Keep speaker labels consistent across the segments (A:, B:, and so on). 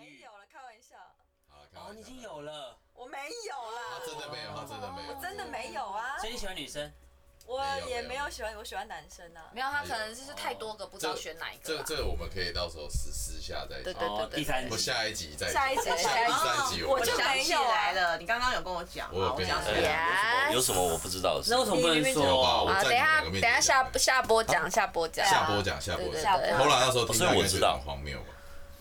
A: 开玩笑，
B: 好，啊开玩
C: 哦，
B: 笑
C: 你已经有了，
A: 我没有
B: 他
A: 啦，
B: 真的没有，啊他真的没有，
A: 真的没有啊，
C: 所以你喜欢女生？
A: 我
B: 没有
A: 也
B: 没
A: 没
B: 有
A: 有喜欢，我喜欢男生啊。
D: 没有，他可能就是太多个，不知道选哪一
B: 这
D: 个
B: 个
D: 吧。
B: 这个我们可以到时候私私下再
D: 对
B: 讲，
D: 对
C: 哦，第三
B: 我
C: 集。
B: 下一集再讲
A: 下一集，下一
B: 第
A: 集，
B: 三集
A: 我
E: 我
A: 就哦
E: 想
A: 没
E: 起
A: 有啊
E: 来了，你刚刚有跟我讲
B: 我有
E: 啊，我
B: 跟你
E: 想起
B: 讲
E: 来了。
D: Yes
F: 有什么我不知道的事
C: 那？为什么不能
B: 有吧？
C: 说？
B: 我
D: 啊，
B: 站你
D: 等一下，
B: 两个
D: 等一
B: 面前
D: 下下
B: 讲
D: 下播讲，下播讲，
B: 下播讲下播
D: 对对
B: 讲，
D: 对
B: 后来那时候听
F: 哦所以
B: 到
F: 我
B: 应该
F: 知
B: 觉得
F: 道
B: 很荒谬吧？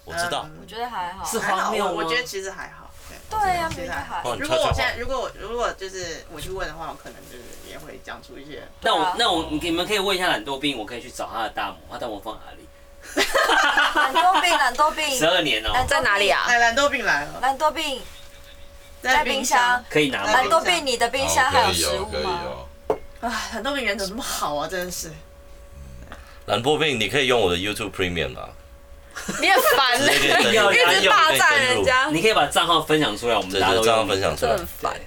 F: 我知
C: 嗯
E: 嗯
F: 道，
A: 我觉得还好。
C: 是
E: 还好，
C: 荒谬吗
E: 我我觉得其实还好。对
A: 对呀，
E: 其
A: 明明
E: 实还好。
A: 还好
F: 哦，你
E: 如
F: 悄
E: 果我
F: 悄
E: 现在
F: 话。
E: 如果如果就是我去问的话，我可能就是也会讲出一些
C: 那我那我你们可以问一下懒惰病，我可以去找他的大魔，他大魔放
F: 嗯
C: 哪里？
A: 懒惰病，懒惰
C: 十
A: 病，
C: 二年哦、
D: 那在哪里 啊？
E: 哎，蓝豆病来了，
A: 懒惰病，
E: 在
A: 冰
E: 冰
A: 箱
E: 箱
C: 可以拿
A: 懒
C: 吗？
A: 惰病，你的冰箱
B: 哦
A: 还
B: 可以
A: 食
B: 哦
A: 物
B: 可以
A: 吗？
B: 哦，
E: 啊，蓝豆病人怎么那么好啊？真的是，
F: 兰博病，你可以用我的 YouTube Premium 啊，
D: 你很烦
F: 直接可
D: 嘞，
F: 以登录
C: 要要
D: 一直霸占人，家，
C: 你可以把账号分享出来，我们
F: 对，
C: 大家
F: 就
C: 都
F: 这样
C: 用。
F: 分享出
D: 这
F: 来
D: 很。烦。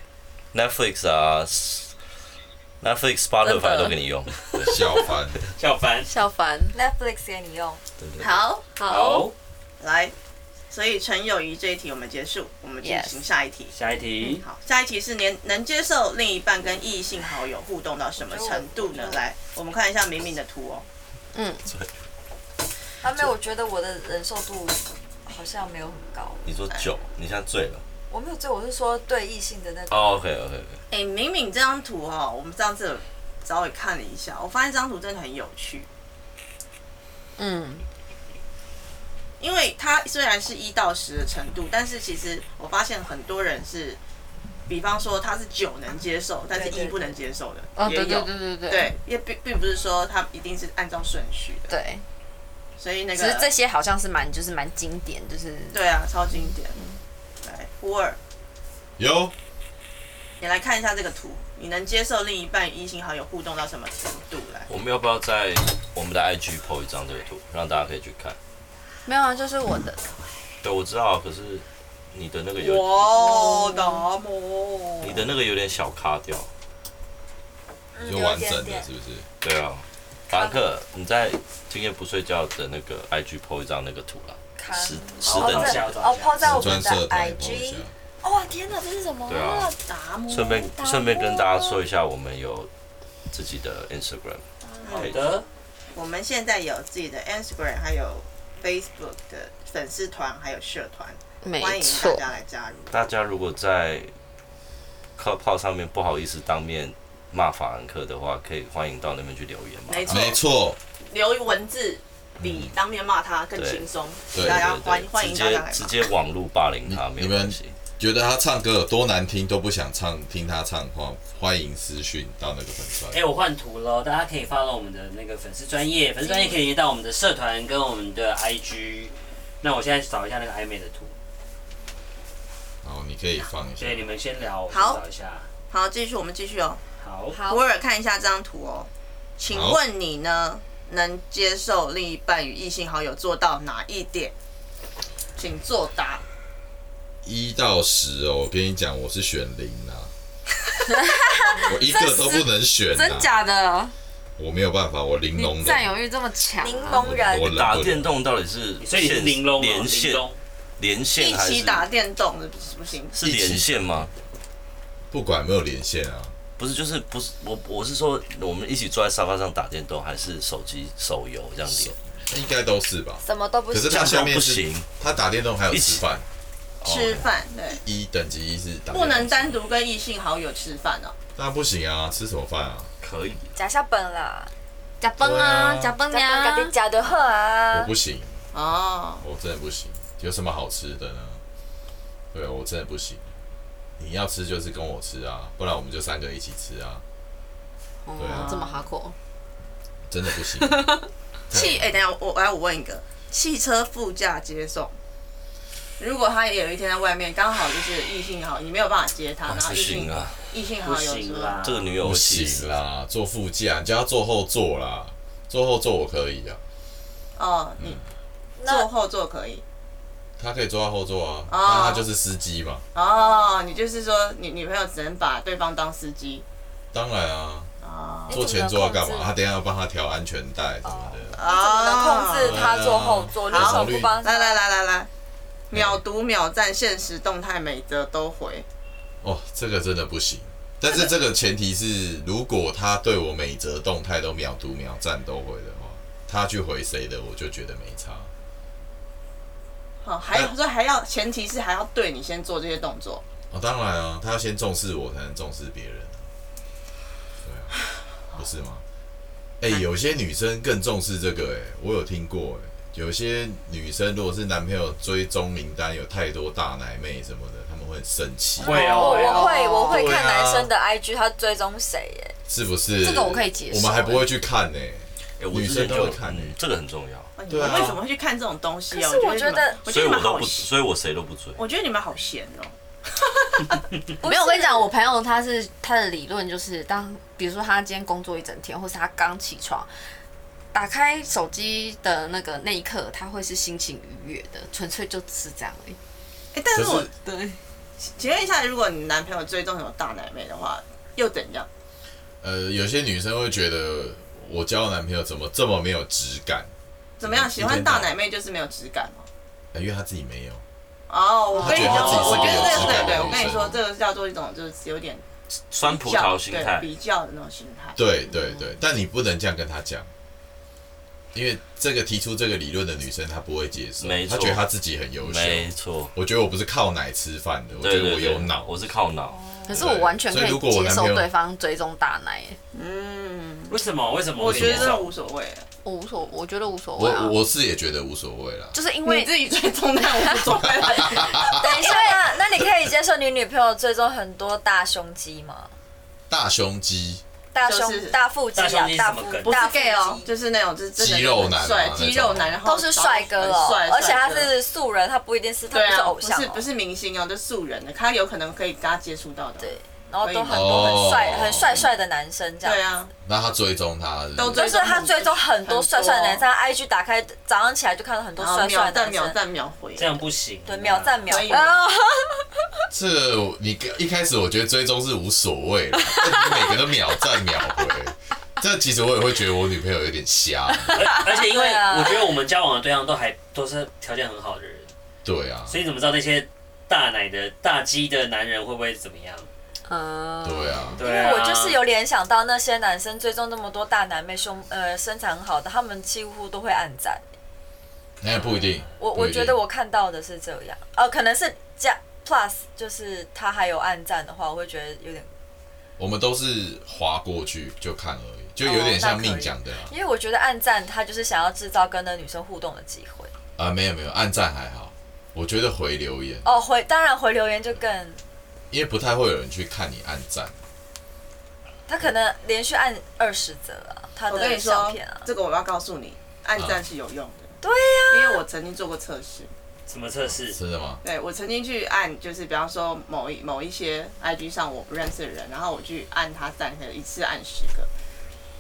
F: Netflix 啊，S-，Netflix、Spotify 都给你用。
B: 笑翻，
C: 小凡，
D: 小凡，
A: Netflix 给你用，
F: 对对对
E: 好，
D: 好，
C: 好，
E: 来，所以陈友谊这一题我们结束，我们进
D: Yes
E: 行下一题。
C: 下一题，
F: 嗯
E: 好，下一题是您能接受另一半跟异性好友互动到什么程度呢？来，我们看一下敏敏的图哦。
A: 啊，没有，我觉得我的忍受度好像没有很高，
F: 你说酒，你现在醉了。
A: 我没有醉，我是说对异性的那个，
F: 哦，OK OK OK。
E: 哎、敏敏这张图哦，我们上次有稍微看了一下，我发现这张图真的很有趣，
D: 嗯，
E: 因为它虽然是一到十的程度，但是其实我发现很多人是，比方说他是九能接受，但是
A: 对
E: 一
A: 对
E: 不能接受的，
D: 哦，
E: 也有
D: 对对对对对
E: 对也并并不是说他一定是按照顺序的，
D: 对，
E: 所以那
D: 只是
E: 个
D: 这些好像是蛮就是蛮经典，就是
E: 对啊，超经典。来，呼尔，
B: 有
E: 你来看一下这个图，你能接受另一半与异性好友互动到什么程度？来，
F: 我们要不要在我们的 IG PO 一张这个图，让大家可以去看？
D: 没有啊，就是我的，
F: 对，我知道，可是你的那个有，
E: 哇，达摩，
F: 你的那个有点小卡掉。
A: 嗯
B: 就
A: 有一
B: 完整
A: 点
B: 的，
A: 点
B: 是，不是？
F: 对啊，凡克，你在今夜不睡觉的那个 IG PO 一张那个图啦，
D: 啊
A: 看
F: 十十
A: 哦，
C: 等
F: 等
C: 一
A: 这
C: 下我找一
F: 奖，
C: 下
A: 哦，抛在我
B: 专
A: 们的
B: 设台碰一
A: IG
B: 下。
A: 哦哇，天哪，这是什么？
F: 对啊，
E: 哦达摩，
F: 顺便顺便跟大家说一下，我们有自己的 Instagram，可
C: 好
F: 以
C: 的，
E: 我们现在有自己的 Instagram，还有 Facebook 的粉丝团，还有社团，
D: 没
E: 欢迎大
D: 错，
E: 家来加入。
F: 大家如果在 Clubhouse 上面不好意思当面骂法兰克的话，可以欢迎到那边去留言嘛。
E: 没错
B: 没错，
E: 留文字比当面骂他更轻松，
B: 对
E: 大
F: 对
E: 家
F: 对
E: 欢
F: 对，
E: 欢迎
F: 直
E: 大家
F: 接
E: 来
F: 直
E: 骂。
F: 接网络霸凌他
B: 你
F: 没有关系。
B: 觉得他唱歌有多难听都不想唱，听他唱的话，欢迎私讯到那个粉丝
C: 哎、
B: 团。
C: 我换图了，大家可以发到我们的那个粉丝专
A: 嗯
C: 业，粉丝专业可以连接到我们的社团跟我们的 IG。那我现在找一下那个暧昧的图，
B: 然后你可以放一下
C: 所。以你们先聊，我去
E: 好
C: 找一下。
E: 好，继续，我们继续哦。
C: 好，
D: 好
E: 普，洱看一下这张图哦，请
B: 好
E: 问你呢，能接受另一半与异性好友做到哪一点？请作答。
B: 一到十哦，我跟你讲，我是选零啦、我一个都不能选、
D: 真
B: 啊，
D: 假的？
B: 我没有办法，我玲珑
D: 你
B: 的，
D: 占有欲这么强
A: 柠
D: 啊，
A: 檬人
B: 我，懒
F: 打
B: 惰
F: 电动到底是
C: 所以你是
F: 线
C: 玲珑哦
F: 连
C: 玲
F: 线
C: 珑，
F: 连线
E: 一
F: 还
E: 起
F: 是
E: 打电动的不行，
F: 是连线吗？
B: 不管有没有连线啊，
F: 不是，就是不是我我是说，我们一起坐在沙发上打电动，还是手机手游这样连？
B: 应该都是吧。
A: 什么都不
B: 可是
A: 行。
B: 他下面
F: 这
B: 是
F: 样不行，
B: 他打电动还有
F: 一
B: 吃
F: 起
B: 饭，
F: 哦
E: 吃饭对，
B: 一等级一是打电动
E: 不能，单独跟异性好友吃饭哦。
B: 当然不行啊，吃什么饭啊？
F: 可以，
A: 假下本啦，
D: 假崩啊，哦
B: 对啊
D: 假崩
A: 假本
D: 呀
A: 赶，紧假的喝啊
B: 我，不行，
E: 哦，
B: 我真的不行，有什么好吃的呢？对，啊我真的不行。你要吃就是跟我吃啊，不然我们就三个一起吃啊，对啊
D: 哦这么哈口，
B: 真的不行。
E: 汽哎、等一下我我来我问一个，汽车副驾接送，如果他有一天在外面，刚好就是异性好，你没有办法接他，
F: 啊
E: 然后
F: 不
E: 异性
F: 行啊，
E: 异性
C: 不
E: 好友
C: 行啦
E: 说，，
F: 这个女友
B: 不
F: 会气
B: 行
F: 死。
B: 啦，坐副驾你就要坐后座啦，坐后座我可以啊，
E: 哦，你坐
A: 嗯那
E: 后座可以，
B: 他可以坐到后座啊，
E: 哦
B: 那他就是司机嘛，
E: 哦，你就是说你女朋友只能把对方当司机
B: 当然啊，
E: 哦
B: 坐前座要干
A: 哎你怎么控制
B: 嘛？他等一下要帮他调安全带什么的，
A: 怎么能控制
E: 哦
A: 他坐后座？你
B: 好啊
A: 手不帮他？
E: 来来来来来，秒读秒赞，现实动态每则都回。
B: 哦，这个真的不行。但是这个前提是，如果他对我每则动态都秒读秒赞都回的话，他去回谁的，我就觉得没差。
E: 好，哦还
F: 哎
E: 有所以还要前提是还要对你先做这些动作。
B: 哦，当然啊，他要先重视我，才能重视别人啊、对啊，不是吗？哎、有些女生更重视这个、哎，我有听过、哎，有些女生如果是男朋友追踪名单有太多大奶妹什么的，他们会很生气，
C: 会啊
A: 我
C: 会啊，
A: 哦我会我会
B: 对啊
A: 看男生的 IG，他追踪谁耶？
B: 是不是？
D: 这个我可以接受
B: 我们还不会去看呢、
F: 哎，我
B: 女
F: 之
B: 生
F: 前就
B: 都会看
F: 嗯这个很重要，
E: 哎你
B: 对啊
E: 们为什么会去看这种东西啊？
A: 可是
E: 我觉得你们，我觉
F: 所
E: 得
F: 以
E: 你
F: 我
E: 们
F: 都
E: 好
F: 不，
E: 闲，哦
F: 所以我谁都不追。
E: 我觉得你们好闲哦。
D: 没有，我跟你讲，我朋友他是他的理论就是当，比如说他今天工作一整天，或是他刚起床，打开手机的那个那一刻，他会是心情愉悦的，纯粹就只是这样而已。
E: 哎，但是
B: 可
E: 我
B: 是
D: 对，
E: 请问一下，如果你男朋友追踪什么大奶妹的话，又怎样？
B: 呃，有些女生会觉得我交的男朋友怎么这么没有质感，
E: 怎么样？
B: 嗯
E: 喜欢大奶妹就是没有质感吗？
B: 呃因为他自己没有。
E: 哦，我跟你
B: 他
E: 讲，
B: 觉得
E: 我
B: 自己
E: 觉
B: 是个有质
E: 得这个
B: 感的
E: 对
B: 女
E: 对，我跟你
B: 生
E: 说，这个叫做一种就是有点
F: 酸葡萄心
E: 对，
F: 态
E: 比较的那种心态。
B: 对对对，但你不能这样跟他讲，因为这个提出这个理论的女生她不会接受，
F: 没
B: 她
F: 错
B: 觉得她自己很优秀。
F: 没错，
B: 我觉得我不是靠奶吃饭的，我觉
F: 对
B: 得
F: 对
B: 我
F: 对，
B: 有脑。
F: 我是靠脑。
D: 可是我完全可
B: 所以如果我
D: 接
B: 男
D: 受
B: 朋友
D: 对方追踪大奶，欸
E: 嗯，
C: 为什么为什么
E: 我觉得
C: 为什
E: 这
C: 么
E: 无所谓。
D: 我无所，我觉得无所谓啊
B: 我，我是也觉得无所谓啦。
D: 就是因
E: 你
D: 为
E: 自己追踪，但我无所谓。
C: 啊
A: 等一下，那那你可以接受你女朋友追踪很多大胸肌吗？
B: 大胸肌，
A: 大
E: 就是
A: 胸、大腹肌
C: 大胸
A: 啊
C: 肌，
A: 大
C: 是什么
A: 腹
C: 梗
A: 大腹肌
E: 就是哦那种就是真的
B: 肌肉男啊
E: 帅
B: 那种
E: 肌肉男，然后
A: 都是帅哥哦
E: 很帅，
A: 而且他
E: 帅哥
A: 是素人，他不一定是他
E: 对
A: 不是
E: 啊，
A: 偶
E: 不
A: 像
E: 是
A: 哦，
E: 不是明星哦，就素人的，他有可能可以跟他接触到的。
A: 对，然后都很多很
C: 哦
A: 帅很帅帅的男生这样
E: 对。啊，
B: 那他追踪他是不是
E: 都追
A: 就是他追踪很多帅帅的男生，他 IG 打开早上起来就看到很多
E: 然后
A: 帅
E: 秒
A: 帅的
E: 赞
A: 男
E: 秒
A: 生，
E: 赞秒回，
C: 这样不行？
A: 对，秒赞秒
E: 所以
A: 啊，
B: 这你一开始我觉得追踪是无所谓啦，但你每个都秒赞秒回，这其实我也会觉得我女朋友有点瞎。
C: 而而且因为
A: 对啊
C: 我觉得我们交往的对象都还都是条件很好的人，
B: 对啊，
C: 所以你怎么知道那些大奶的大鸡的男人会不会怎么样？
D: 嗯，
B: 对啊，
A: 因
C: 对
A: 为
C: 啊，
A: 我就是有联想到那些男生追踪那么多大男妹胸呃身材很好的，他们几乎都会暗赞。
B: 那也不一定。
A: 我
B: 不
A: 我
B: 一定
A: 觉得我看到的是这样，呃，可能是这样。Plus 就是他还有暗赞的话，我会觉得有点，
B: 我们都是划过去就看而已，就有点
E: 哦
B: 像命讲的啦。啊
A: 因为我觉得暗赞他就是想要制造跟那女生互动的机会。
B: 啊、没有没有，暗赞还好。我觉得回留言，
A: 哦，回当然回留言就更，
B: 因为不太会有人去看你暗赞。
A: 他可能连续按二十则啊，他
E: 我跟
A: 的
E: 你
A: 相
E: 说
A: 片啊，，
E: 这个我要告诉你，暗赞是有用
B: 嗯
E: 的，
A: 对呀、
E: 因为我曾经做过测试。
C: 什么测试？
B: 真的吗？
E: 对我曾经去按，就是比方说某一某一些 IG 上我不认识的人，然后我去按他赞，可能一次按十个，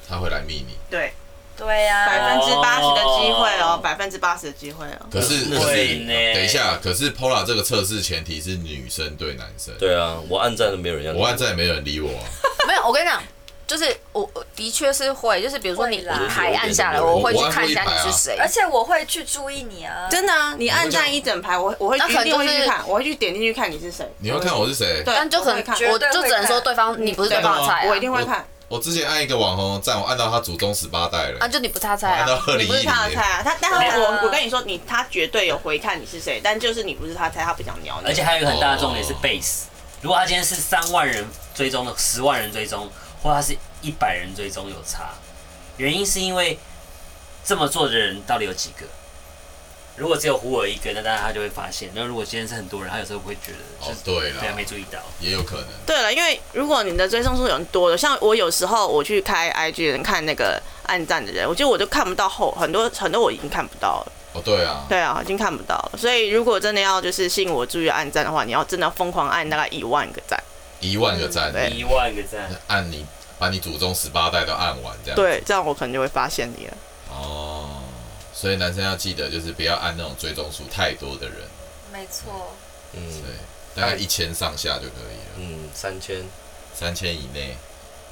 B: 他会来密你，
E: 对，
A: 对呀、
E: 百分之八十的机会
C: 哦
E: 哦，百分之八十的机会哦。
B: 可是
F: 不
B: 可
C: 会
B: 是
C: 呢
B: 等一下，可是 Pola 这个测试前提是女生对男生，
F: 对啊，我暗赞都没有人要理
B: 我暗赞也没有人理我、啊，
D: 没有，我跟你讲。就是我我的确是会，就是比如说你
A: 会啦
D: 一排按下来，
B: 我
D: 我会去
B: 我按过
D: 看一下
B: 一排啊
D: 你是谁，
A: 而且我会去注意你啊，
E: 真的啊，你按赞一整排，我我会
D: 那可
E: 一
D: 能
E: 定会
D: 就是
E: 去看，我会去点进去看你是谁。
B: 你会看我是谁？
E: 对
D: 但就可能
E: 我会看
D: 我就只能说对方你不是对方的菜
E: 我
D: 啊
E: 一定会看，
B: 我之前按一个网红的赞，我按到他祖宗十八代了，
D: 啊，就你不差菜
B: 按到
D: 啊，
B: 二零
E: 你
B: 一
E: 不是
B: 零
E: 他的
B: 年。
E: 菜啊。他，但
A: 对啊
E: 他我我跟你说，你他绝对有回看你是谁，但就是你不是他的菜，他不想鸟你。
C: 而且还有一个很大的重点是 base。如果他今天是三万人追踪的，十万人追踪，或他是一百人追踪有差，原因是因为这么做的人到底有几个？如果只有胡尔一个，那当然他就会发现。那如果今天是很多人，他有时候会觉得
B: 哦
C: 就是，对
B: 对
C: 啊
B: 了
C: 没，注意到。
B: 也有可能。
E: 对了，因为如果你的追踪数有人多的，像我有时候我去开 IG 的人看那个暗赞的人，我觉得我就看不到后很多很多我已经看不到了，
B: 哦，对啊，
E: 对啊，已经看不到了。所以如果真的要就是吸引我注意暗赞的话，你要真的疯狂按大概一万个赞，
B: 一万个赞，
E: 对
C: 一万个赞，
B: 按你把你祖宗十八代都按完这样。
E: 对，这样我可能就会发现你了。
B: 哦，所以男生要记得，就是不要按那种追踪数太多的人，
A: 没错。
B: 对
F: 嗯，
B: 大概一千上下就可以了，
F: 嗯，三千
B: 三千以内，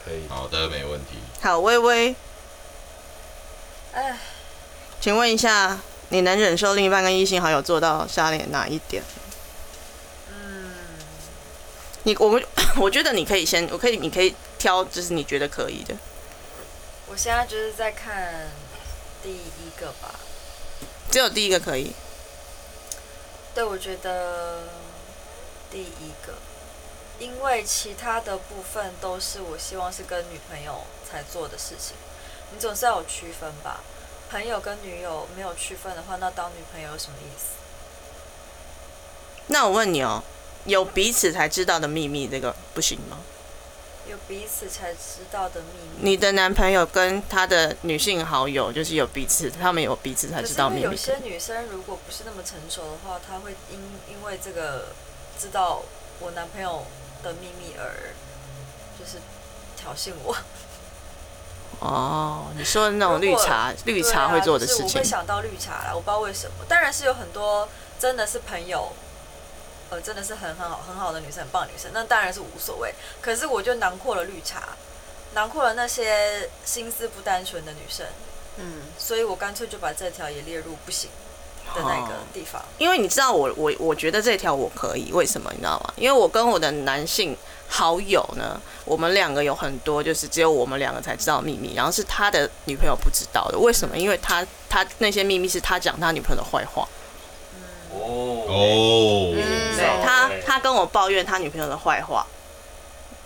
F: 可以。
B: 好的，没问题。
E: 好，微微，
A: 哎，
E: 请问一下，你能忍受另一半跟异性好友做到下列哪一点？
A: 嗯
E: 你我们 我觉得你可以先，我可以，你可以挑，就是你觉得可以的。
A: 我现在就是在看第一个吧，
E: 只有第一个可以，
A: 对，我觉得第一个，因为其他的部分都是我希望是跟女朋友才做的事情，你总是要有区分吧。朋友跟女友没有区分的话，那当女朋友有什么意思？
E: 那我问你哦，有彼此才知道的秘密，这个不行吗？
A: 有彼此才知道的秘密。
E: 你的男朋友跟他的女性好友，就是有彼此，他们有彼此才
A: 可
E: 知
A: 是
E: 道
A: 因为
E: 秘密
A: 有。些女生如果不是那么成熟的话，她会因因为这个知道我男朋友的秘密而就是挑衅我。
E: 哦，你说的那种绿茶， 绿茶会做的事
A: 对啊就是、
E: 情
A: 我会。想到绿茶啦，我不知道为什么。当然是有很多真的是朋友，呃，真的是很很好很好的女生，很棒的女生，那当然是无所谓。可是我就囊括了绿茶，囊括了那些心思不单纯的女生，
D: 嗯，
A: 所以我干脆就把这条也列入不行的那个
E: 哦
A: 地方。
E: 因为你知道我我我觉得这条我可以，为什么你知道吗？因为我跟我的男性好友呢，我们两个有很多就是只有我们两个才知道的秘密，然后是他的女朋友不知道的。为什么？因为他他那些秘密是他讲他女朋友的坏话，
C: 哦，
B: 哦，
C: 对
D: 嗯，
E: 他
C: 对
E: 他跟我抱怨他女朋友的坏话，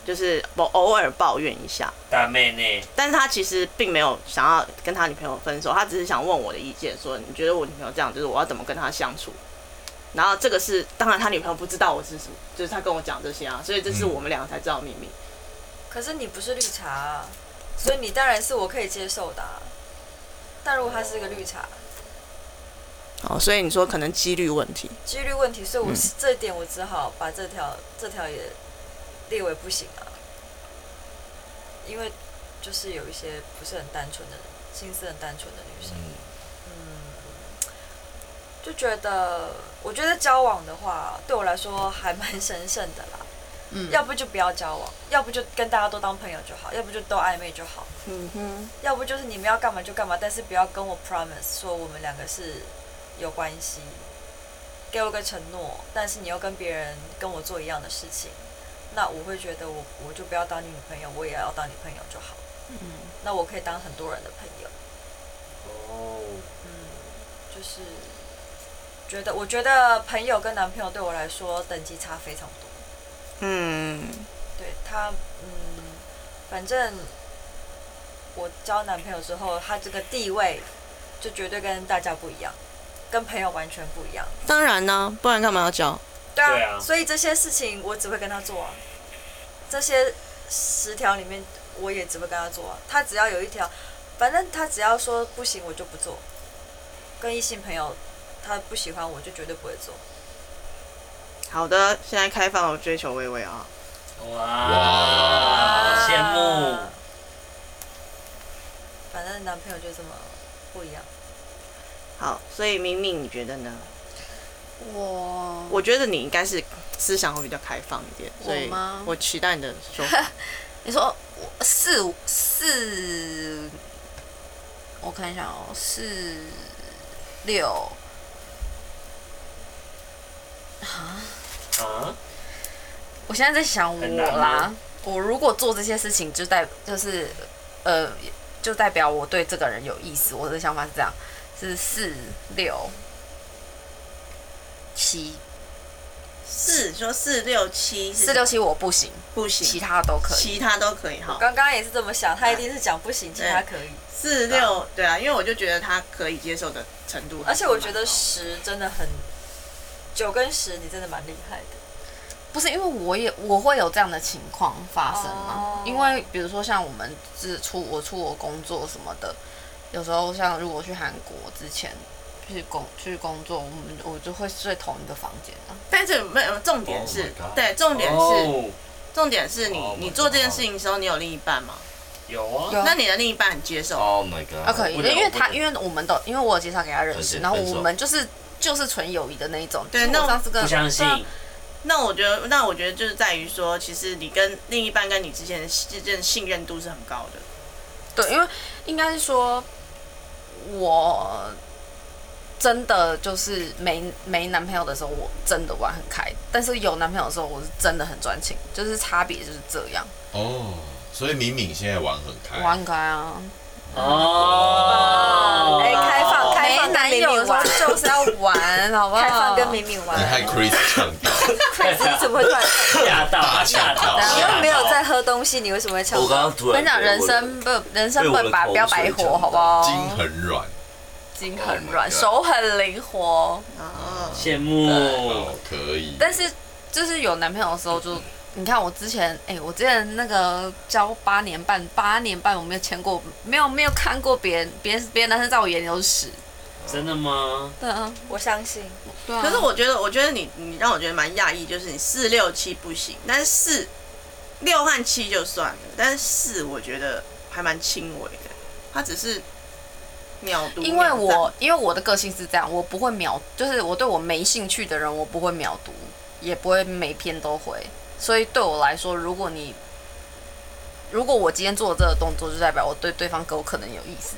E: 就是我偶尔抱怨一下，
C: 大妹呢？
E: 但是他其实并没有想要跟他女朋友分手，他只是想问我的意见，说你觉得我女朋友这样，就是我要怎么跟她相处？然后这个是当然，他女朋友不知道我是什么，就是他跟我讲这些啊，所以这是
B: 嗯
E: 我们两个才知道的秘密。
A: 可是你不是绿茶、啊，所以你当然是我可以接受的、啊。但如果他是一个绿茶，
E: 哦，所以你说可能几率问题，
A: 几率问题，所以我是这点我只好把这条这条也列为不行啊，因为就是有一些不是很单纯的人，心思很单纯的女生，
F: 嗯
A: 就觉得我觉得交往的话，对我来说还蛮神圣的啦。
D: 嗯
A: 要不就不要交往，要不就跟大家都当朋友就好，要不就都暧昧就好，
E: 嗯哼，
A: 要不就是你们要干嘛就干嘛，但是不要跟我 promise 说我们两个是有关系，给我个承诺，但是你又跟别人跟我做一样的事情，那我会觉得我我就不要当你女朋友，我也要当你朋友就好。嗯，那我可以当很多人的朋友，嗯
C: 哦，
A: 就是觉得我觉得朋友跟男朋友对我来说等级差非常多。
E: 嗯，
A: 对他，嗯，反正我交男朋友之后，他这个地位就绝对跟大家不一样，跟朋友完全不一样。
E: 当然呢、不然干嘛要交？
A: 对啊，
C: 对啊
A: 所以这些事情我只会跟他做啊，这些十条里面我也只会跟他做啊。他只要有一条，反正他只要说不行，我就不做。跟异性朋友，他不喜欢我就绝对不会做。
E: 好的，现在开放追求微微啊，
C: 哇，啊好羡慕。
A: 啊反正男朋友就这么不一样。
E: 好，所以明明你觉得呢？
D: 我
E: 我觉得你应该是思想会比较开放一点，所以
D: 我吗
E: 我期待你的说法。
D: 你说我四四，我看一下哦，四六
C: 啊，
D: 我现在在想
C: 很
D: 我
C: 难
D: 啦
C: 吗，
D: 我如果做这些事情，就代就是呃，就代表我对这个人有意思。我的想法是这样，是四六七
E: 四说四六七
D: 四六七我不行，
E: 不
D: 其
E: 行，
D: 他都可以。
E: 其他都可以哈。
A: 刚刚也是这么想，
E: 哎
A: 他一定是讲不行，其他可以。
E: 四六对啊，因为我就觉得他可以接受的程度还蛮高，
A: 而且我觉得十真的很，九跟十你真的蛮厉害的。
D: 不是因为我也我会有这样的情况发生
A: 哦，
D: 啊因为比如说像我们是出我出国工作什么的，有时候像如果去韩国之前去工去工作，我们我就会睡同一个房间啊。
E: 但是没有重点是
F: Oh my god
E: 对，重点是、
C: 哦
E: 重点是你、
F: Oh my
E: 你做这件事情的时候，你有另一半吗？
C: 有啊，
D: 对啊
E: 那你的另一半很接受，
F: ，Oh my god！
D: 啊，可以，
C: 不
D: 因
C: 能
D: 为
C: 不
D: 他
C: 能
D: 因为我们都因为我有介绍给他认
F: 而
D: 识，
F: 且
D: 然后
F: 分手
D: 我们就是就是纯友谊的那一种。
E: 对
D: 就是
E: 那
D: 我
E: 我
D: 上次跟
C: 不相信
D: 对啊
E: 那我觉得那我觉得就是在于说，其实你跟另一半跟你之间的之间的信任度是很高的。
D: 对，因为应该是说，我真的就是没没男朋友的时候，我真的玩很开；但是有男朋友的时候，我是真的很专情，就是差别就是这样，
B: 哦，所以敏敏现在玩很
F: 哎
B: 开，
D: 玩很开啊。
C: 哦，
A: 哎、开放开
D: 没
A: 放跟
D: 男
A: 明
D: 友的
A: 明
D: 时候
A: 玩，
D: 就是要 玩，好不好？
A: 开放跟明明玩
B: 你。害 Chris 呛到，
A: Chris 你怎么会突然呛
C: 吓到，吓到，
A: 到？你
C: 吓到
A: 又没有在喝东西，你为什么会呛
E: 哦
F: 我刚
A: 到？
F: 刚突
D: 我
F: 然
D: 跟你讲，
F: 觉得
D: 人
F: 我的
D: 生不人生
F: 被我的
D: 本白，
F: 口
D: 不要
F: 水
D: 白
F: 呛
D: 活，
F: 到
D: 好不好？
B: 筋很软，
D: 筋很
B: Oh my
D: 软，
B: God
D: 手很灵活，
C: 羡慕
B: 哦，，可以，
D: 但是就是有男朋友的时候就，你看我之前，哎、我之前那个交八年半，八年半我没有牵过，没有没有看过别人，别人别人男生在我眼里都是屎。
C: 真的吗？
D: 对啊，
A: 我相信，
D: 对啊。
E: 可是我觉得，我觉得你你让我觉得蛮讶异，就是你四六七不行，但是四六和七就算了，但是四我觉得还蛮轻微的，它只是秒读。
D: 因为
E: 秒
D: 我因为我的个性是这样，我不会秒，就是我对我没兴趣的人，我不会秒读，也不会每篇都回。所以对我来说，如果你如果我今天做的这个动作，就代表我对对方给我可能有意思。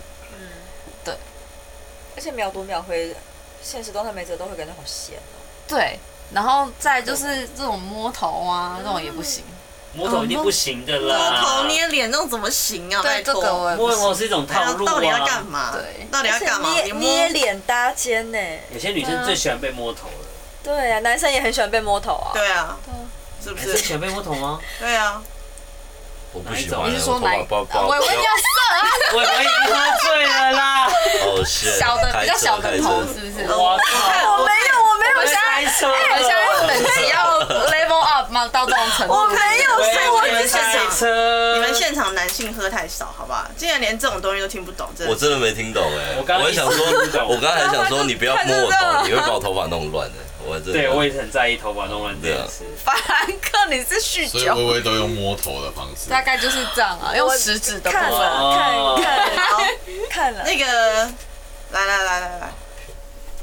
A: 而且秒读秒回，现实动态每则都会感觉好闲哦。
D: 对，然后再就是这种摸头啊，这种也不行。
C: 摸头一定不行的
E: 赞
C: 啦，
E: 摸头捏脸那种怎么行啊？拜
D: 对，这
E: 托
D: 个我也不
C: 摸
D: 行。
C: 头是一种
E: 哎
C: 套
E: 呀
C: 路
E: 到底要
C: 啊
E: 干。嘛？
D: 对
E: 到底要干嘛？
A: 而且
E: 你
A: 捏
E: 摸
A: 捏脸搭肩呢？
C: 有些女生最喜欢被摸头了，
A: 对啊，男生也很喜欢被摸头啊。
E: 对啊
D: 对啊，
E: 是不
C: 男生喜
E: 是？
C: 欢被摸头吗？
E: 对啊，
F: 哎我不喜欢。
D: 你是说哪一？
F: 包
D: 我
F: 包
D: 我问要色啊，
C: 我我已经喝醉了啦，
F: 哦，是
D: 小的比较小的头是不是？
E: 哦
C: 我靠，
A: 我没有，我没有
D: 我
A: 想
D: 现在
C: 开车了，
D: 哎，我现在等级要 level up 吗？到这种程度？
A: 我没有
C: 喂
A: 是我
C: 你们
E: 只想
C: 开车，
E: 你们现场男性喝太少，好不好？竟然连这种东西都听不懂，真
F: 我
E: 的是。
F: 真的没听懂哎、
C: 我刚刚
F: 还想说
C: 一时听不，懂
F: 我刚才想说你不要摸我
A: 他就
F: 头，你会把我头发弄乱的、我真的
C: 对我也是很在意头发弄乱这件事。
D: 法兰克，你是酗
B: 所以微
D: 酒，
B: 微都用摸头的方式，
D: 大概就是这样啊，用食指的部
A: 看
D: 分。
A: 了
C: 哦
A: 看看了 看了，
E: 那个，来来来来来，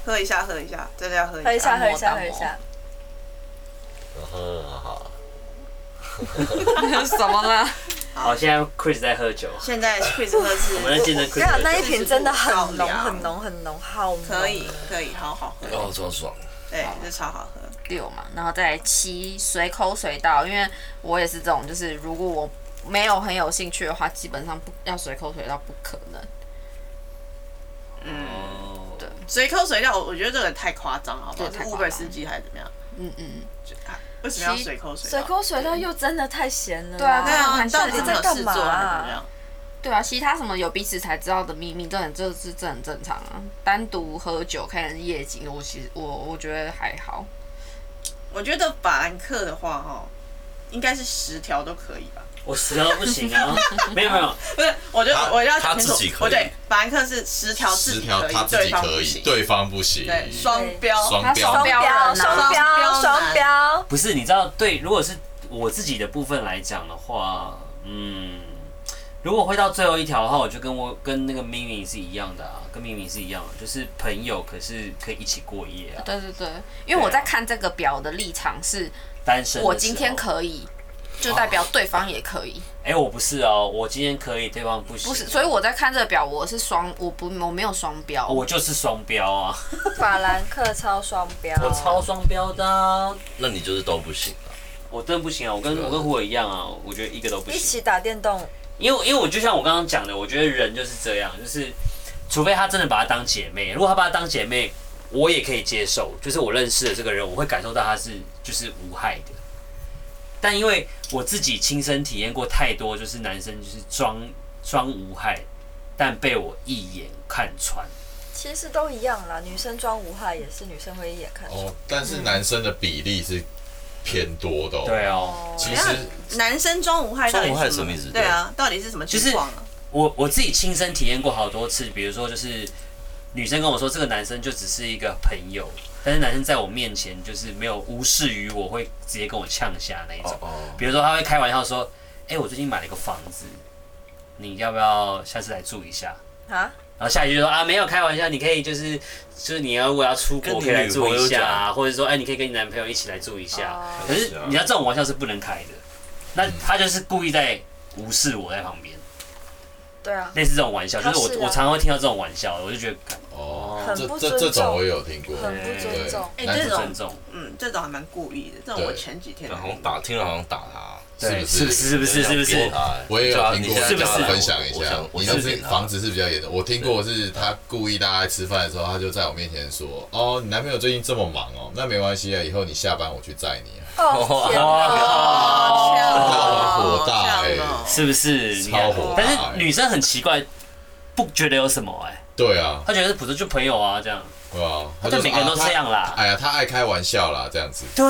E: 喝一下，喝一下，真的要喝一
A: 喝
E: 下。
A: 一下喝一下
D: 按摩
A: 喝一下，
F: 嗯好，
D: 什么啦？
E: 啊
C: 好，现在 Chris 在喝酒，
E: 现在 Chris 喝是
C: 我们来见证
A: 我跟你
C: Chris
A: 讲那
C: 喝
A: 一
C: 酒。
A: 瓶真的很浓
E: 这是不
A: 很浓很浓，好浓
E: 可以，可以，好好喝，
F: 哦，超爽。
E: 对，这超好喝。
D: 六嘛，然后再来七，随口随到，因为我也是这种，就是如果我没有很有兴趣的话，基本上不要随口随到，不可能。
C: 哦
D: 对
E: 随口随到，我我觉得这个太夸张了，好不好？
D: 对
E: 是
D: 太夸张
E: Uber 司机还是怎么样？
D: 嗯嗯，
E: 就啊为什么要随口随
A: 水
E: 到？
A: 口水到又真的太咸了啦。
D: 对啊
E: 对啊，你到底
D: 水口
E: 是没有
A: 在干
E: 事做还是
A: 嘛
E: 怎么样？
D: 对啊，其他什么有彼此才知道的秘密，这很这是这很正常啊。单独喝酒看夜景，我其实我我觉得还好。
E: 我觉得法兰克的话，哈，应该是十条都可以吧。
C: 我死了都不行啊！没有没有，
E: 不是，我就
F: 他
E: 我要
F: 他
E: 讲清楚
F: 自己可以
E: 我对，法兰克是十条
B: 十
E: 自己
B: 条
E: 可
B: 他
E: 以，
B: 自
E: 对
B: 己
E: 方
B: 可
E: 不
B: 以，
E: 行。
B: 对方不行，
E: 对，双标。
B: 双
A: 双
B: 标，
A: 标
D: 标人啊
A: 双标
E: 双标
A: 双标，
C: 不是你知道，对，如果是我自己的部分来讲的话，嗯，如果会到最后一条的话，我就跟我跟那个命运是一样的啊，跟命运是一样的，就是朋友，可是可以一起过夜啊，
D: 对对对，因为我在看这个表的立场是，
C: 单身。
D: 我今天，可以，就代表对方也可以，
C: 哎、我不是哦，我今天可以，对方不行，
D: 不是？所以我在看这个表，我是双，我不我没有双标，
C: 我就是双标啊，
A: 法兰克超双标，
C: 我超双标的啊、
F: 那你就是都不行啊。
C: 我真的不行啊，我跟我跟胡伟一样啊，我觉得一个都不
A: 一
C: 行
A: 起，打电动，
C: 因为因为我就像我刚刚讲的，我觉得人就是这样，就是除非他真的把她当姐妹，如果他把她当姐妹，我也可以接受，就是我认识的这个人，我会感受到他是就是无害的。但因为我自己亲身体验过太多，就是男生就是装装无害，但被我一眼看穿。
A: 其实都一样啦。女生装无害也是女生会一眼看出来。
B: 哦，但是男生的比例是偏多的，
C: 对
B: 哦，
C: 哦，
B: 其
E: 等一下
B: 实
E: 男生装无害到底
F: 装无害
E: 是
F: 什么意思
E: 对啊，到底是什么情况啊？
C: 我我自己亲身体验过好多次，比如说就是女生跟我说这个男生就只是一个朋友，但是男生在我面前就是没有无视于我，会直接跟我呛下那一种。
F: 哦，
C: 比如说他会开玩笑说：“哎、我最近买了一个房子，你要不要下次来住一下
A: 啊，？”
C: 然后下一句就说：“啊，没有开玩笑，你可以就是就是你要如果要出国
F: 跟你
C: 可以来住
F: 女朋
C: 一
F: 友
C: 下啊，
F: 讲啊
C: 或者说哎、你可以跟你男朋友一起来住一下。
A: 哦
C: 可是你知道这种玩笑是不能开的，那他就是故意在无视我在旁边。
A: 对啊，
C: 类似这种玩笑，就
A: 他
C: 是
A: 是
C: 我
A: 啊
C: 我常常会听到这种玩笑，我就觉得，干
B: 哦，
A: 很
B: 这
A: 不
B: 这
A: 尊
B: 这种我
A: 重，
B: 也有听过，
A: 很不尊重。
E: 哎、
B: 男
E: 这
B: 生
E: 种
C: 尊重，
E: 嗯，这种还蛮故意的。这种
B: 对
E: 我前几天
F: 好像打，听了好像打他，
B: 是不
C: 对是不
B: 是？
C: 是不是是不是？
B: 我也有听过，
C: 是不是
B: 跟大家分享一
F: 我
B: 下
F: 想。我
B: 你
F: 想啊
B: 上次
F: 扁他
B: 房子是比较严的，我听过是他故意大家在吃饭的时候，他就在我面前说：“哦，你男朋友最近这么忙哦，那没关系啊，以后你下班我去载你啊。
A: 哦，天哪！
E: 哦，这样
B: 哦
E: 哦，
B: 火大
E: 这 样哦
C: 是不是？你看
B: 超火大欸
C: 但是女生很奇怪，不觉得有什么哎、”
B: 对啊，
C: 她觉得普通就朋友啊这样。
B: 对啊，他
C: 对
B: 就说
C: 每个人都
B: 啊他
C: 这样啦
B: 哎呀，他爱开玩笑啦，这样子
C: 对，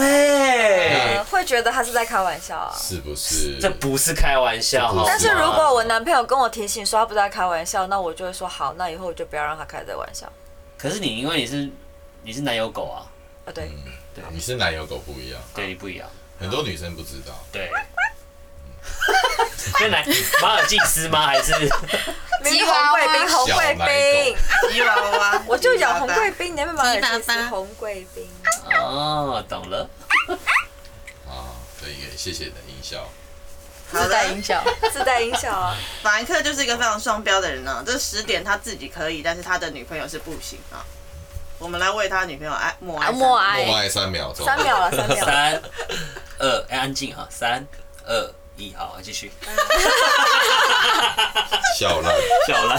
B: 啊
A: 呃会觉得他是在开玩笑啊。
B: 是不是？
C: 这不是开玩笑
B: 这不
C: 好吗？
A: 但是如果我男朋友跟我提醒说他不是在开玩笑，那我就会说好，那以后我就不要让他开这个玩笑。
C: 可是你因为你是你是男友狗啊，
A: 啊，对，
B: 你是男友狗不一样，
C: 对你不一样，
B: 很多女生不知道。
C: 对。那来马尔济斯吗？还是
A: 明明红贵宾，红
B: 小奶
A: 贵宾
B: 狗，
E: 吉娃娃，
A: 我就养红贵宾，你们把耳机
E: 鸡巴
A: 是
E: 巴
A: 红贵宾。
C: 哦，懂了。
B: 啊，对，也谢谢你的音效。
E: 好
D: 自带
E: 的，
D: 音效。
A: 自带音效啊，
E: 法兰克就是一个非常双标的人呢、这十点他自己可以，但是他的女朋友是不行啊。我们来为他女朋友爱默
A: 啊
E: 哀。
D: 默。哀
B: 默，哀三秒钟，
A: 哎三秒了，三秒了。
C: 三二，哎，安静啊！三二一，好，继续。
B: 笑烂。
C: 笑了，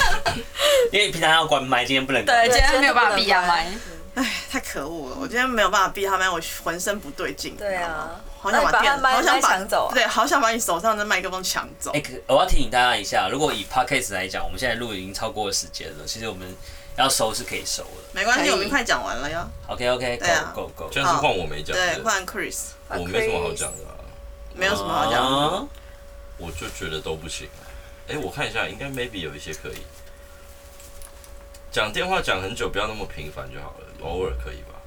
C: 因为平常要关麦，今天不能关。
A: 对，
D: 今天没有办法闭
A: 牙
D: 眼麦。
E: 太可恶了！我今天没有办法逼他们，我浑身不对劲。
A: 对
E: 你知道吗
A: 啊，
E: 好想把
A: 那
E: 电，
A: 你把他麦
E: 好想把
A: 麦抢走啊
E: 对，好想把你手上的麦克风抢走
C: 哎、。可我要提醒大家一下，如果以 podcast 来讲，我们现在录已经超过了时间了，其实我们要收是可以收了。
E: 没关
D: 可
E: 系，
D: 以
E: 我们快讲完了哟。
C: OK OK，
E: 对啊
C: go go go，
F: 居然是换我没讲，
E: 对，
F: 是不是
E: 换 Chris，
F: 我没什么好讲的啊，
E: 没有什么好讲的。
C: 啊
F: 我就觉得都不行啊。哎，我看一下，应该 maybe 有一些可以。讲电话讲很久，不要那么频繁就好了，偶尔可以吧。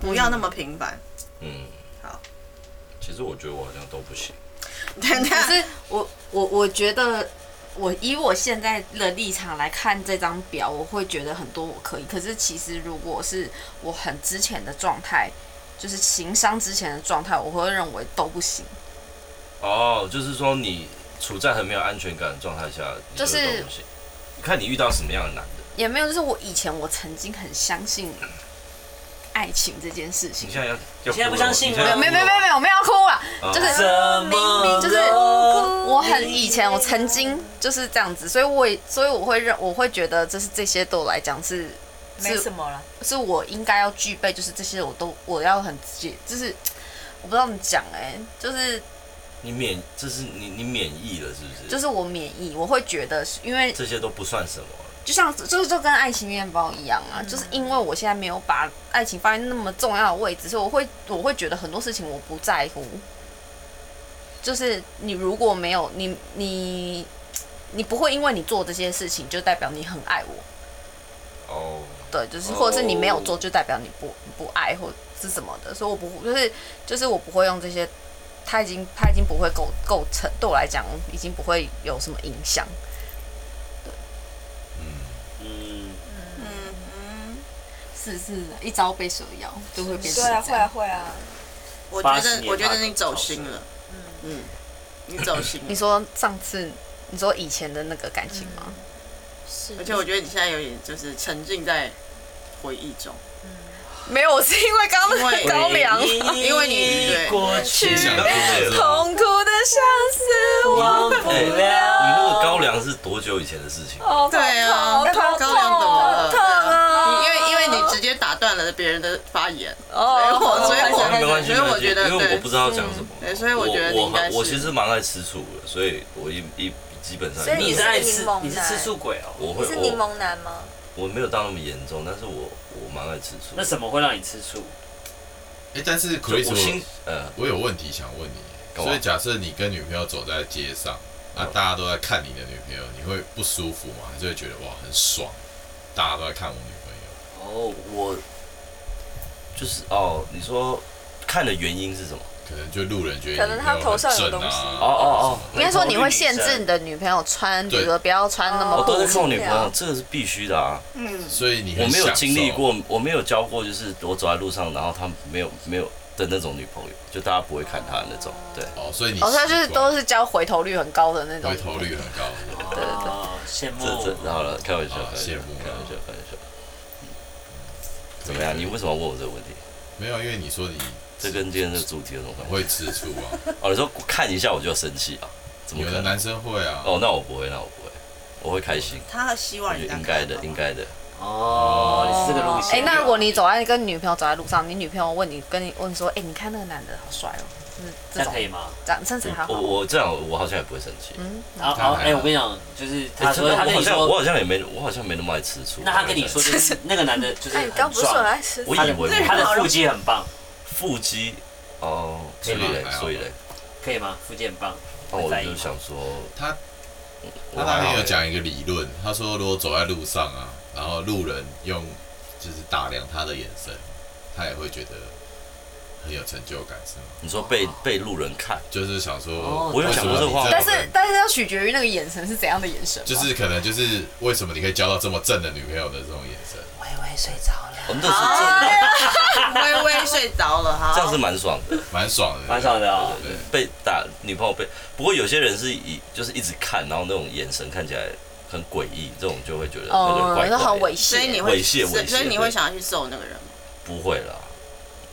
E: 不要那么频繁。
F: 嗯，
E: 好。
F: 其实我觉得我好像都不行。
E: 等
A: 嗯
D: 可
E: 下，
D: 是我我我觉得，我以我现在的立场来看这张表，我会觉得很多我可以。可是其实如果是我很之前的状态，就是情商之前的状态，我会认为都不行。
F: 哦，就是说你处在很没有安全感的状态下，你
D: 就是
F: 觉得都不行。你看你遇到什么样的男的？
D: 也没有，就是我以前我曾经很相信爱情这件事情
F: 你。现在要要
C: 你现在不
F: 哭了
C: 相
F: 吗
C: 信
F: 你
C: 我
F: 现在要啊
D: 没有没有没有没
F: 哭了
D: 有，我们要哭了。
F: 吗
D: 就是
C: 怎么
D: 就是
C: 了
D: 我很以前我曾经就是这样子，所以我也所以我会认我会觉得这是这些对我来讲是
A: 没什
D: 是
A: 么了，
D: 是我应该要具备，就是这些我都我要很直接，就是我不知道怎么讲哎、就是
F: 你免，这是你你免疫了是不是？
D: 就是我免疫，我会觉得是因为
F: 这些都不算什么。
D: 就像就是就跟爱情面包一样啊，就是因为我现在没有把爱情放在那么重要的位置，所以我会我会觉得很多事情我不在乎。就是你如果没有你你你不会因为你做这些事情就代表你很爱我，
F: 哦，
D: 对，就是或者是你没有做
F: 哦
D: 就代表你不不爱或是什么的，所以我不就是就是我不会用这些，它已经它已经不会构构成对我来讲已经不会有什么影响。
C: 嗯，
E: 嗯嗯，
D: 是是，一朝被蛇咬就会变
A: 对啊，会啊，会啊，
E: 我
C: 八
E: 觉
C: 十
E: 得
C: 年
E: 我觉
C: 八
E: 得
C: 十
E: 你走
C: 超
E: 心
C: 市
E: 了。嗯，你走心了。
D: 你说上次你说以前的那个感情吗？
A: 是
E: 而且我觉得你现在有点就是沉浸在回忆中，
D: 没有，我是因为刚刚那个 高粱，
E: 因为你对
C: 过去
B: 想到这 个
D: 痛苦的相思忘不
F: 哎你
D: 了。
F: 那个高粱是多久以前的事情？
A: 哦，
E: 对啊
A: 好痛好
E: 高粱怎么了
A: 痛啊！
E: 因为因为你直接打断了别人的发言，
A: 哦
E: 所以我所以我
F: 没关系，
E: 所以我
F: 没关系
E: 觉得
F: 因为
E: 对
F: 我不知道讲什么嘛。
E: 对所以我觉得你
F: 我
E: 应该是
F: 我其实蛮爱吃醋的，所以我一一基本上
A: 所以
C: 你是
A: 在
C: 爱吃，你是吃醋鬼哦、
F: 我
A: 你
F: 会
A: 是柠
F: 我
A: 檬男吗？
F: 我没有到那么严重，但是我我蛮爱吃醋的。
C: 那什么会让你吃醋？
B: 哎，但是
F: 就
B: Chris，
F: 我心
B: 我
F: 呃，
B: 我有问题想问你。
F: 干嘛
B: 所以假设你跟女朋友走在街上，啊，
F: 嗯
B: 大家都在看你的女朋友，你会不舒服吗？还是会觉得哇很爽？大家都在看我女朋友，
F: 哦，我就是哦，你说看的原因是什么？
B: 可能就路人觉
A: 可
B: 得
A: 能她头上
B: 啊
A: 有东西
F: 哦哦哦，
D: 应该说你会限制你的女朋友穿，比
B: 对
D: 如说不要穿那
F: 我
D: 么
A: 哦
F: 都
D: 暴
F: 在
D: 露
F: 看我女朋友，这个是必须的啊。
E: 嗯，
B: 所以你很
F: 我没有
B: 享受
F: 经历，过，我没有交过，就是我走在路上，然后他没有没有的那种女朋友，就大家不会看她的那种。对，
B: 哦，所以你
D: 哦，他就是
B: 习惯
D: 都是教回头率很高的那种
B: 回。头率很高。
C: 对对对，哦羡慕
F: 这。这好了，开玩笑，
B: 啊
F: 开玩笑
B: 羡慕啊
F: 开玩笑，开玩笑。怎么样？你为什么要问我这个问题？
B: 没有，因为你说你
F: 这跟今天的主题有什么
B: 很
F: 关系？
B: 会吃醋啊，
F: 哦，你说我看一下我就要生气啊？怎么
B: 有
F: 可
B: 的
F: 能？
B: 男生会啊。
F: 哦，那我不会，那我不会，我会开心。
E: 他希
F: 我
E: 望
F: 觉
E: 人
F: 得
E: 家
F: 应该的，应该的。
C: 哦，你是这个路线。
D: 哎、那如果你走在跟女朋友走在路上，你女朋友问你跟你问说，哎、你看那个男的好帅哦，就是
C: 这
D: 这
C: 样
D: 种
C: 可以吗？
D: 这样身材还好
F: 嗯我，我这样，我好像也不会生气。
D: 嗯，
C: 然后，然后，哎，我跟你讲，就是他说，
F: 诶哎真的
C: 他跟
F: 我好
C: 你
F: 像我
C: 说，
F: 好像也没，我好像没那么爱吃醋。
C: 那他跟你说， 就是那个男的，就是
D: 哎、
C: 很
D: 你刚不是说很
C: 壮，
D: 爱吃
F: 我
C: 他
F: 以
C: 的
F: 为我
C: 他的腹肌很棒，
F: 腹肌哦，所
B: 可以
F: 以
B: 吗
F: 嘞
B: 还，好
F: 所以嘞，
C: 可以吗？腹肌很棒，
F: 那
C: 会
F: 我
C: 在意
F: 就
C: 吗
F: 想说，
B: 他
F: 我
B: 他那
F: 还好
B: 天有讲一个理论，他说如果走在路上啊，然后路人用就是打量他的眼神，他也会觉得很有成就感，是吗？
F: 你说被被路人看，
B: 就是想说，
C: 哦
B: 为什么你这么
D: 但是但是要取决于那个眼神是怎样的眼神嘛，
B: 就是可能就是为什么你可以交到这么正的女朋友的这种眼神？
C: 微微睡着了，
F: 我们这哦是
C: 哦
F: 这
E: 啊微微睡着了哈。
F: 这样是蛮爽的，
B: 蛮爽的，
C: 蛮爽的哦。
B: 对。对，
F: 被打女朋友被，不过有些人是以就是一直看，然后那种眼神看起来很诡异，这种就会觉得有点
D: 哦，
F: 怪
D: 那好
F: 怪
D: 猥
F: 的。
D: 亵，
E: 所以你会
F: 猥亵
E: 所以
F: 猥亵
E: 所以你会
F: 对
E: 想要去揍那个人吗？
F: 不会啦，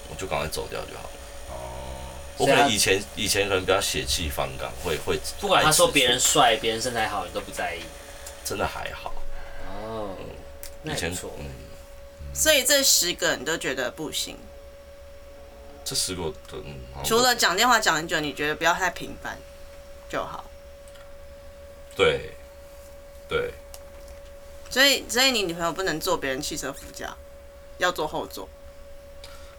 F: 我就赶快走掉就好了。
B: 哦，
F: 我可能以前以前可能比较血气方刚，会会
C: 不管他说别人
F: 爱吃醋
C: 帅、别人身材好，你都不在意。
F: 真的还好，
C: 哦，那
F: 以
C: 也
F: 前
C: 不错。
F: 嗯，
E: 所以这十个你都觉得不行，
F: 这十个我都嗯，好像
E: 除了讲电话讲很久，你觉得不要太频繁就好。
F: 对对，
E: 所以所以你女朋友不能坐别人汽车副驾，要坐后座。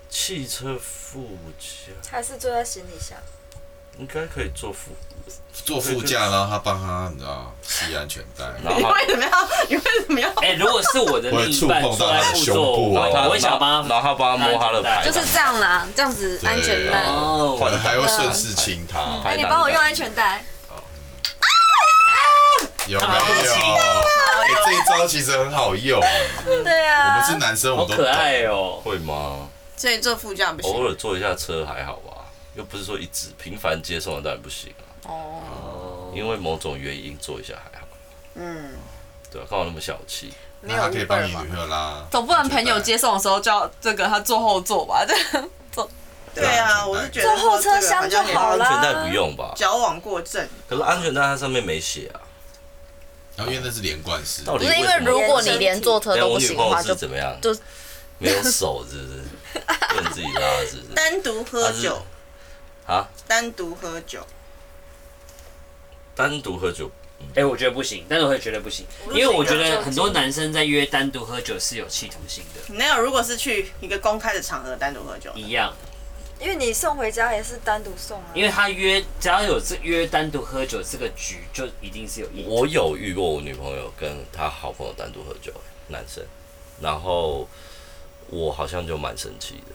F: 汽车副驾
A: 还是坐在行李箱。
F: 应该可以坐副，
B: 坐副驾，然后他帮他，你知道系安全带，
F: 然后
E: 你
F: 他
E: 为什么要？ 你为什么要？
C: 哎，如果是我的另
B: 我也
C: 一
B: 触碰
C: 半
B: 到
C: 坐在
B: 他的
C: 副
B: 胸
C: 座，
B: 部哦
F: 然后
C: 我
F: 他
C: 会想帮他
F: 然后他帮他摸他的牌，
D: 就是这样啦，这样子
B: 对
D: 安全带。
C: 哦，
B: 可能还会顺势亲他，
A: 哎、
F: 排
A: 你
F: 档
A: 帮我
F: 的
A: 用安全带。
B: 有没
C: 啊不
B: 有？
C: 行
B: 哎，这一招其实很好用，啊
A: 对
B: 我
A: 啊
B: 们，是男生，我
C: 好
B: 都
C: 可
B: 懂
C: 爱哦。
F: 会吗？
E: 所以坐副驾不
F: 偶
E: 行。
F: 尔坐一下车还好吧，又不是说一直频繁接送的当然不行啊，
E: 哦，
F: 因为某种原因坐一下还好，
E: 嗯，
F: 对啊，干嘛那么小气？
D: 没
B: 那
D: 有
B: 他可以
D: Uber
B: 帮你
D: 吗
B: 女朋友拉，
D: 总不能朋友接送的时候叫这个他坐后座吧？这样坐
E: 对啊，我是觉得
D: 坐后车厢就好
E: 了。
D: 啦
F: 安全带不用吧？
E: 矫枉过正，
F: 可是安全带它上面没写啊，
B: 然后因为那是连贯式，
F: 到底
D: 不是因为如果你连坐车
F: 等下
D: 都
F: 哎我
D: 不
F: 女
D: 行
F: 朋
D: 的
F: 友
D: 话，
F: 是
D: 就
F: 怎么样？
D: 就
F: 没有手是不是？不能自己拉 是不是？
E: 单独喝酒，
F: 啊，
E: 单独喝酒，
F: 单独喝酒
C: 哎，我觉得不行，但是我会觉得不行，
D: 啊
C: 因为我觉得很多男生在约单独喝酒是有企图心的，
E: 没有。如果是去一个公开的场合单独喝酒，
C: 一样，
A: 因为你送回家也是单独送啊。
C: 因为他约只要有这约单独喝酒这个局，就一定是有意图。
F: 我有遇过我女朋友跟她好朋友单独喝酒，男生，然后我好像就蛮生气的。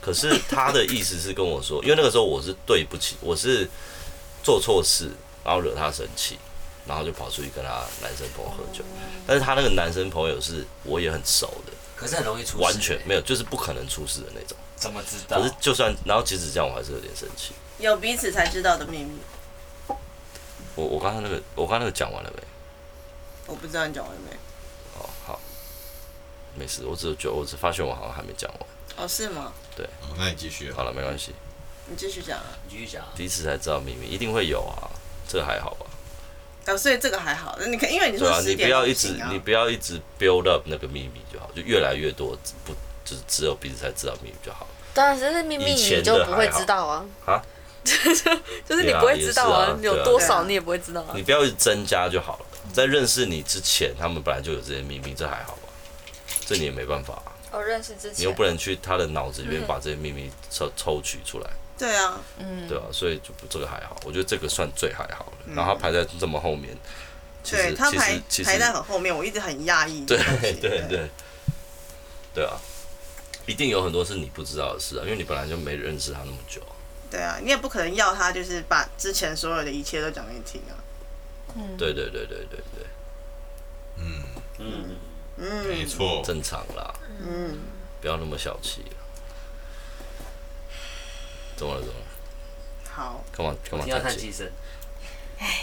F: 可是他的意思是跟我说，因为那个时候我是对不起，我是做错事，然后惹他生气，然后就跑出去跟他男生朋友喝酒。但是他那个男生朋友是我也很熟的，
C: 可是很容易出事，
F: 完全没有，就是不可能出事的那种。
C: 怎么知道
F: 可是？就算，然后即使这样，我还是有点生气。
E: 有彼此才知道的秘密。
F: 我我刚才那个，我刚才那个讲完了没？
E: 我不知道你讲完没？
F: 哦，好，没事，我只是觉得，我只发现我好像还没讲完。
E: 哦，是吗？
B: 哦那你继续啊
F: 好了，没关系，
E: 你继续讲啊。
C: 你继续讲啊。
F: 彼此才知道秘密，一定会有啊，这还好吧？
E: 哦，所以这个还好。那你可因为你
F: 对
E: 说
F: 啊，
E: 十
F: 你不
E: 点、
F: 要一直，你不要一直 build up 那个秘密就好，就越来越多，只不就是只有彼此才知道秘密就好。
D: 当然只是秘密
F: 以前
D: 你
F: 的
D: 就不会知道啊。
F: 啊，
D: 就是你不会知道
F: 对啊也是啊
D: 有多
E: 对啊
D: 少你也不会知道啊
F: 你。不要一直增加就好了。在认识你之前，他们本来就有这些秘密，这还好吧？这你也没办法啊、
A: 我认识之前，
F: 你又不能去他的脑子里面把这些秘密抽抽取出来，
E: 对啊，
D: 嗯，
F: 对啊，所以就不这个还好，我觉得这个算最还好了。
A: 嗯
F: 然后他排在这么后面，其
E: 对
F: 实
E: 他
F: 其
E: 排
F: 实其实
E: 排在很后面，我一直很压抑这
F: 对
E: 个东西。
F: 对对，对啊，一定有很多是你不知道的事啊，因为你本来就没认识他那么久啊、
E: 对啊，你也不可能要他就是把之前所有的一切都讲给你听啊。
A: 嗯
F: 对对对对对对，
B: 嗯，
C: 嗯，
E: 嗯，
B: 没。错，
F: 正常啦，
E: 嗯，
F: 不要那么小气啊。怎么了？怎么了？
E: 好，
F: 干嘛干嘛
C: 听到
F: 叹
C: 叹
F: 气？
C: 气声，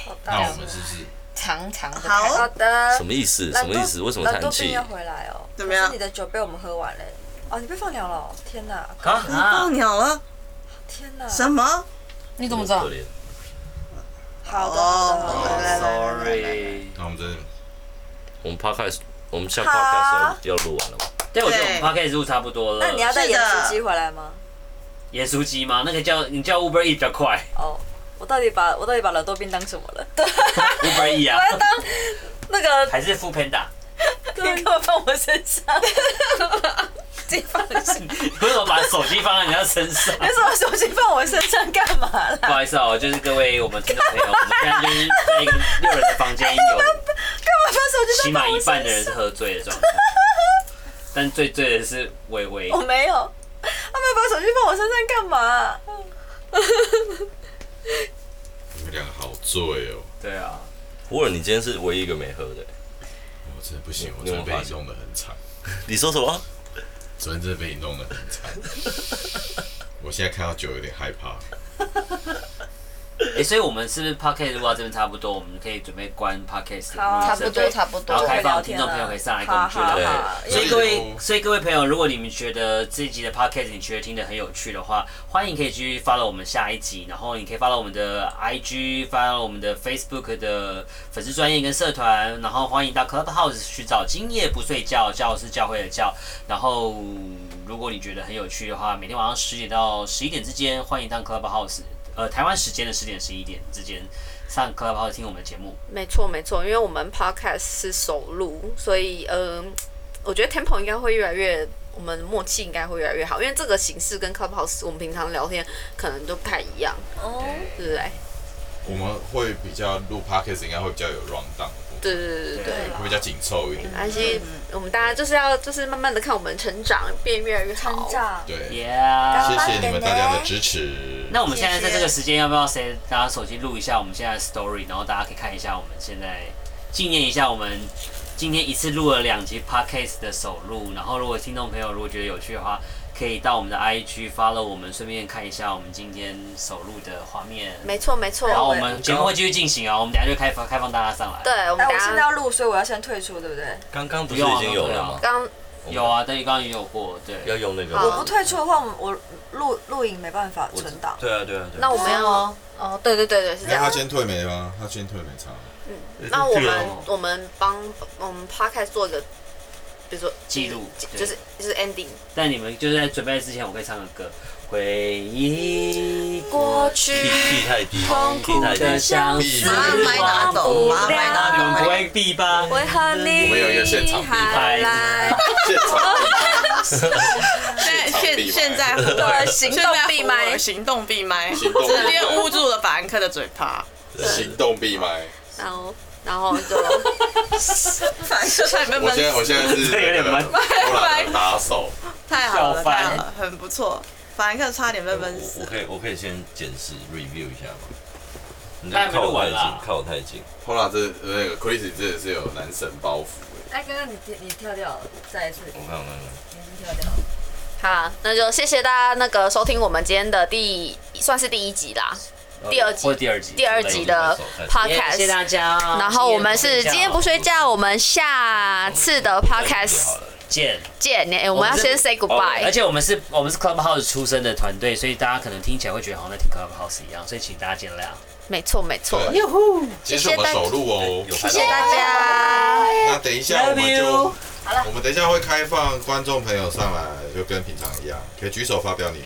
A: 好大
B: 那我
A: 声
B: 们是不是
D: 长长的
E: 好
D: 看
A: 好的
F: 什，么意思？什
A: 懒
F: 么
A: 惰
F: 意思？为什么
A: 懒
F: 叹
A: 惰病
F: 气
A: 要？回来哦。
E: 怎么样
A: 可是你的酒被我们喝完嘞。哦，你被放鸟了哦、天哪，
C: 啊啊
E: 放！鸟了？
A: 天哪！
E: 什么？
D: 你怎么知道
F: 可？怜
A: 好的，好的，好
E: 哦
A: 的
E: 来
F: 啊
E: 来来来来
C: Sorry，
B: 那我们真的
F: 我们 podcast，我们下
A: 好啊
F: podcast 要录完了吗？
C: 对，我觉得我们
E: 对
C: p o d c a s 录差不多了。
A: 那你要带
E: 是
A: 盐
E: 的
A: 酥鸡回来吗？
C: 盐酥鸡吗？那个叫你叫 Uber E 比较快
A: 哦，我到底把我到底把冷豆冰当什么了？
C: ，Uber E 啊，
A: 那个
C: 还是 f o o Panda？
A: 你给我放我身上，自己放你身上，
C: 为什么把手机放在人家身上？
A: 你怎么手机放我身上干嘛
C: 不
A: 啦？
C: 好意思哦，就是各位我们听众朋友，我们现在就是在一个六人的房间，有
A: 我把手机
C: 起
A: 放
C: 码
A: 我
C: 一半的人
A: 身
C: 是
A: 上，
C: 喝醉的状态，但最醉的是微微
D: 哦
A: 我。没有，他们把手机放我身上干嘛？
B: 你们两个好醉哦，
C: 对啊，
F: 胡尔，你今天是唯一一个没喝的。
B: 我真的不行，我
F: 你
B: 真
F: 有没
B: 的被
F: 有发
B: 你
F: 现
B: 弄得很惨，
F: 你说什么？
B: 昨天真的被你弄得很惨。我现在看到酒有点害怕，
C: 哎，所以我们是不是 p o d c a s 录到这边差不多，我们可以准备关 p o d c a s
A: 好啊
D: 差不多，差不
C: 然后
D: 多。
C: 开放听众朋友可以上来跟我们交
A: 好
C: 流
F: 对
A: 好好
C: 所以
B: 对
C: 各位
B: 哦，
C: 所以各位朋友，如果你们觉得这一集的 podcast 你觉得听得很有趣的话，欢迎可以继续 follow 我们下一集，然后你可以 follow 我们的 IG，follow 我们的 Facebook 的粉丝专业跟社团，然后欢迎到 Clubhouse 寻找今夜不睡觉，教是教会的教，然后如果你觉得很有趣的话，每天晚上十点到十一点之间，欢迎到 Clubhouse，呃，台湾时间的十点十一点之间上 Clubhouse 听我们的节目。
D: 没错没错，因为我们 podcast 是首录，所以嗯、我觉得 tempo 应该会越来越，我们默契应该会越来越好，因为这个形式跟 clubhouse 我们平常聊天可能都不太一样，
A: 哦，
D: 对不对？
B: 我们会比较录 podcast 应该会比较有 round down，
D: 对对对对对。
A: 对啦
B: 会比较紧凑一点。
D: 而且
A: 嗯
D: 我们大家就是要就是慢慢的看我们成长，变越来越好。
A: 成长，
B: 对，
C: Yeah，
B: 谢谢你们大家的支持。
C: 那我们现在在这个时间，要不要谁拿手机录一下我们现在的 story，然后大家可以看一下我们现在纪念一下我们今天一次录了两集 podcast 的首录。然后，如果听众朋友如果觉得有趣的话，可以到我们的 IG follow 我们，顺便看一下我们今天首录的画面。
D: 没错没错，
C: 然后我们节目会继续进行啊，我们等一下就开放开放大家上来。
D: 对，我们
A: 哎，
D: 大
A: 我现在
D: 家
A: 要录，所以我要先退出，对不对？
F: 刚刚
C: 不
F: 不是
C: 用啊
F: 已经有了吗？
D: 刚
C: 有啊，但刚刚也有过，
F: 要
C: 对，
F: 用那个
D: 好
A: 我不退出的话，我我录录影没办法
F: 我
A: 存档。
F: 对啊，对啊，对啊。
D: 那我们要
A: 哦
D: 哦，对对对对，是这
B: 那他
D: 样。
B: 先退没吗？他先退没差吗。
D: 那我
F: 哎这
D: 们
F: 个哦
D: 我们帮我们 podcast 做一个，比如说
C: 记录对
D: 就是就是 ending。
C: 但你们就是在准备之前，我可以唱个歌，回忆
D: 过
F: 屁
D: 去
F: 屁太低，屁太
C: 的
F: 低。
C: 相思
B: 思
E: 把麦拿走，把麦
C: 你们
E: 拿
C: 不
E: 走。
C: 会避吧？
A: 为何你
B: 我们有一个现场比
A: 还
C: 拍
A: 来？
B: 现场
E: 现哎现 现在现
D: 对
E: 在
D: 行动闭麦
E: 现在我行动闭麦，
B: 行动闭
E: 直
B: 麦
E: 接捂住了法兰克的嘴巴。
B: 行动闭麦。
D: 然后然后就
E: 法兰克差点被
B: 我现在
E: 闷
B: 我
E: 死，
B: 现在 是
C: 这有点闷
B: 偷懒的打手，
E: 太好了，
C: 笑翻
E: 太好了，很不错。法兰克差点被闷
F: 我
E: 死
F: 我。可以我可以先检视 review 一下吗？你
C: 那还
F: 这
C: 没
F: 靠
C: 录
F: 我
C: 完
F: 太
C: 啦
F: 近，靠我太近。
B: 偷懒这那个 Chris 真的是有男神包袱欸
A: 哎，刚刚你你跳掉了，再一次，
F: 我看我看我看。
A: 你已经跳掉了。
D: 好，那就谢谢大家那个收听我们今天的第算是第一集啦，第二集
C: 或者第二集，
D: 第二集的
C: 耶谢谢
D: podcast。
C: 大家。哦
D: 然后我们是今天不睡觉，我们下次的
F: 好
D: podcast
F: 了，
C: 见。
D: 见。哎我们哦要先 say
C: 哦而
D: goodbye。
C: 且我们是，我们是 Clubhouse 出身的团队，所以大家可能听起来会觉得好哦像在听 Clubhouse 一样，所以请大家见谅。
D: 没错，没错。
B: 对
C: 哟呼，
B: 今天是我们首录哦。
F: 有
D: 谢
F: 拍
D: 谢
F: 到吗
D: 大家。
B: 那等一下我们
C: Love
B: 就
C: you
B: 我们等一下会开放观众朋友上来，就跟平常一样，可以举手发表你。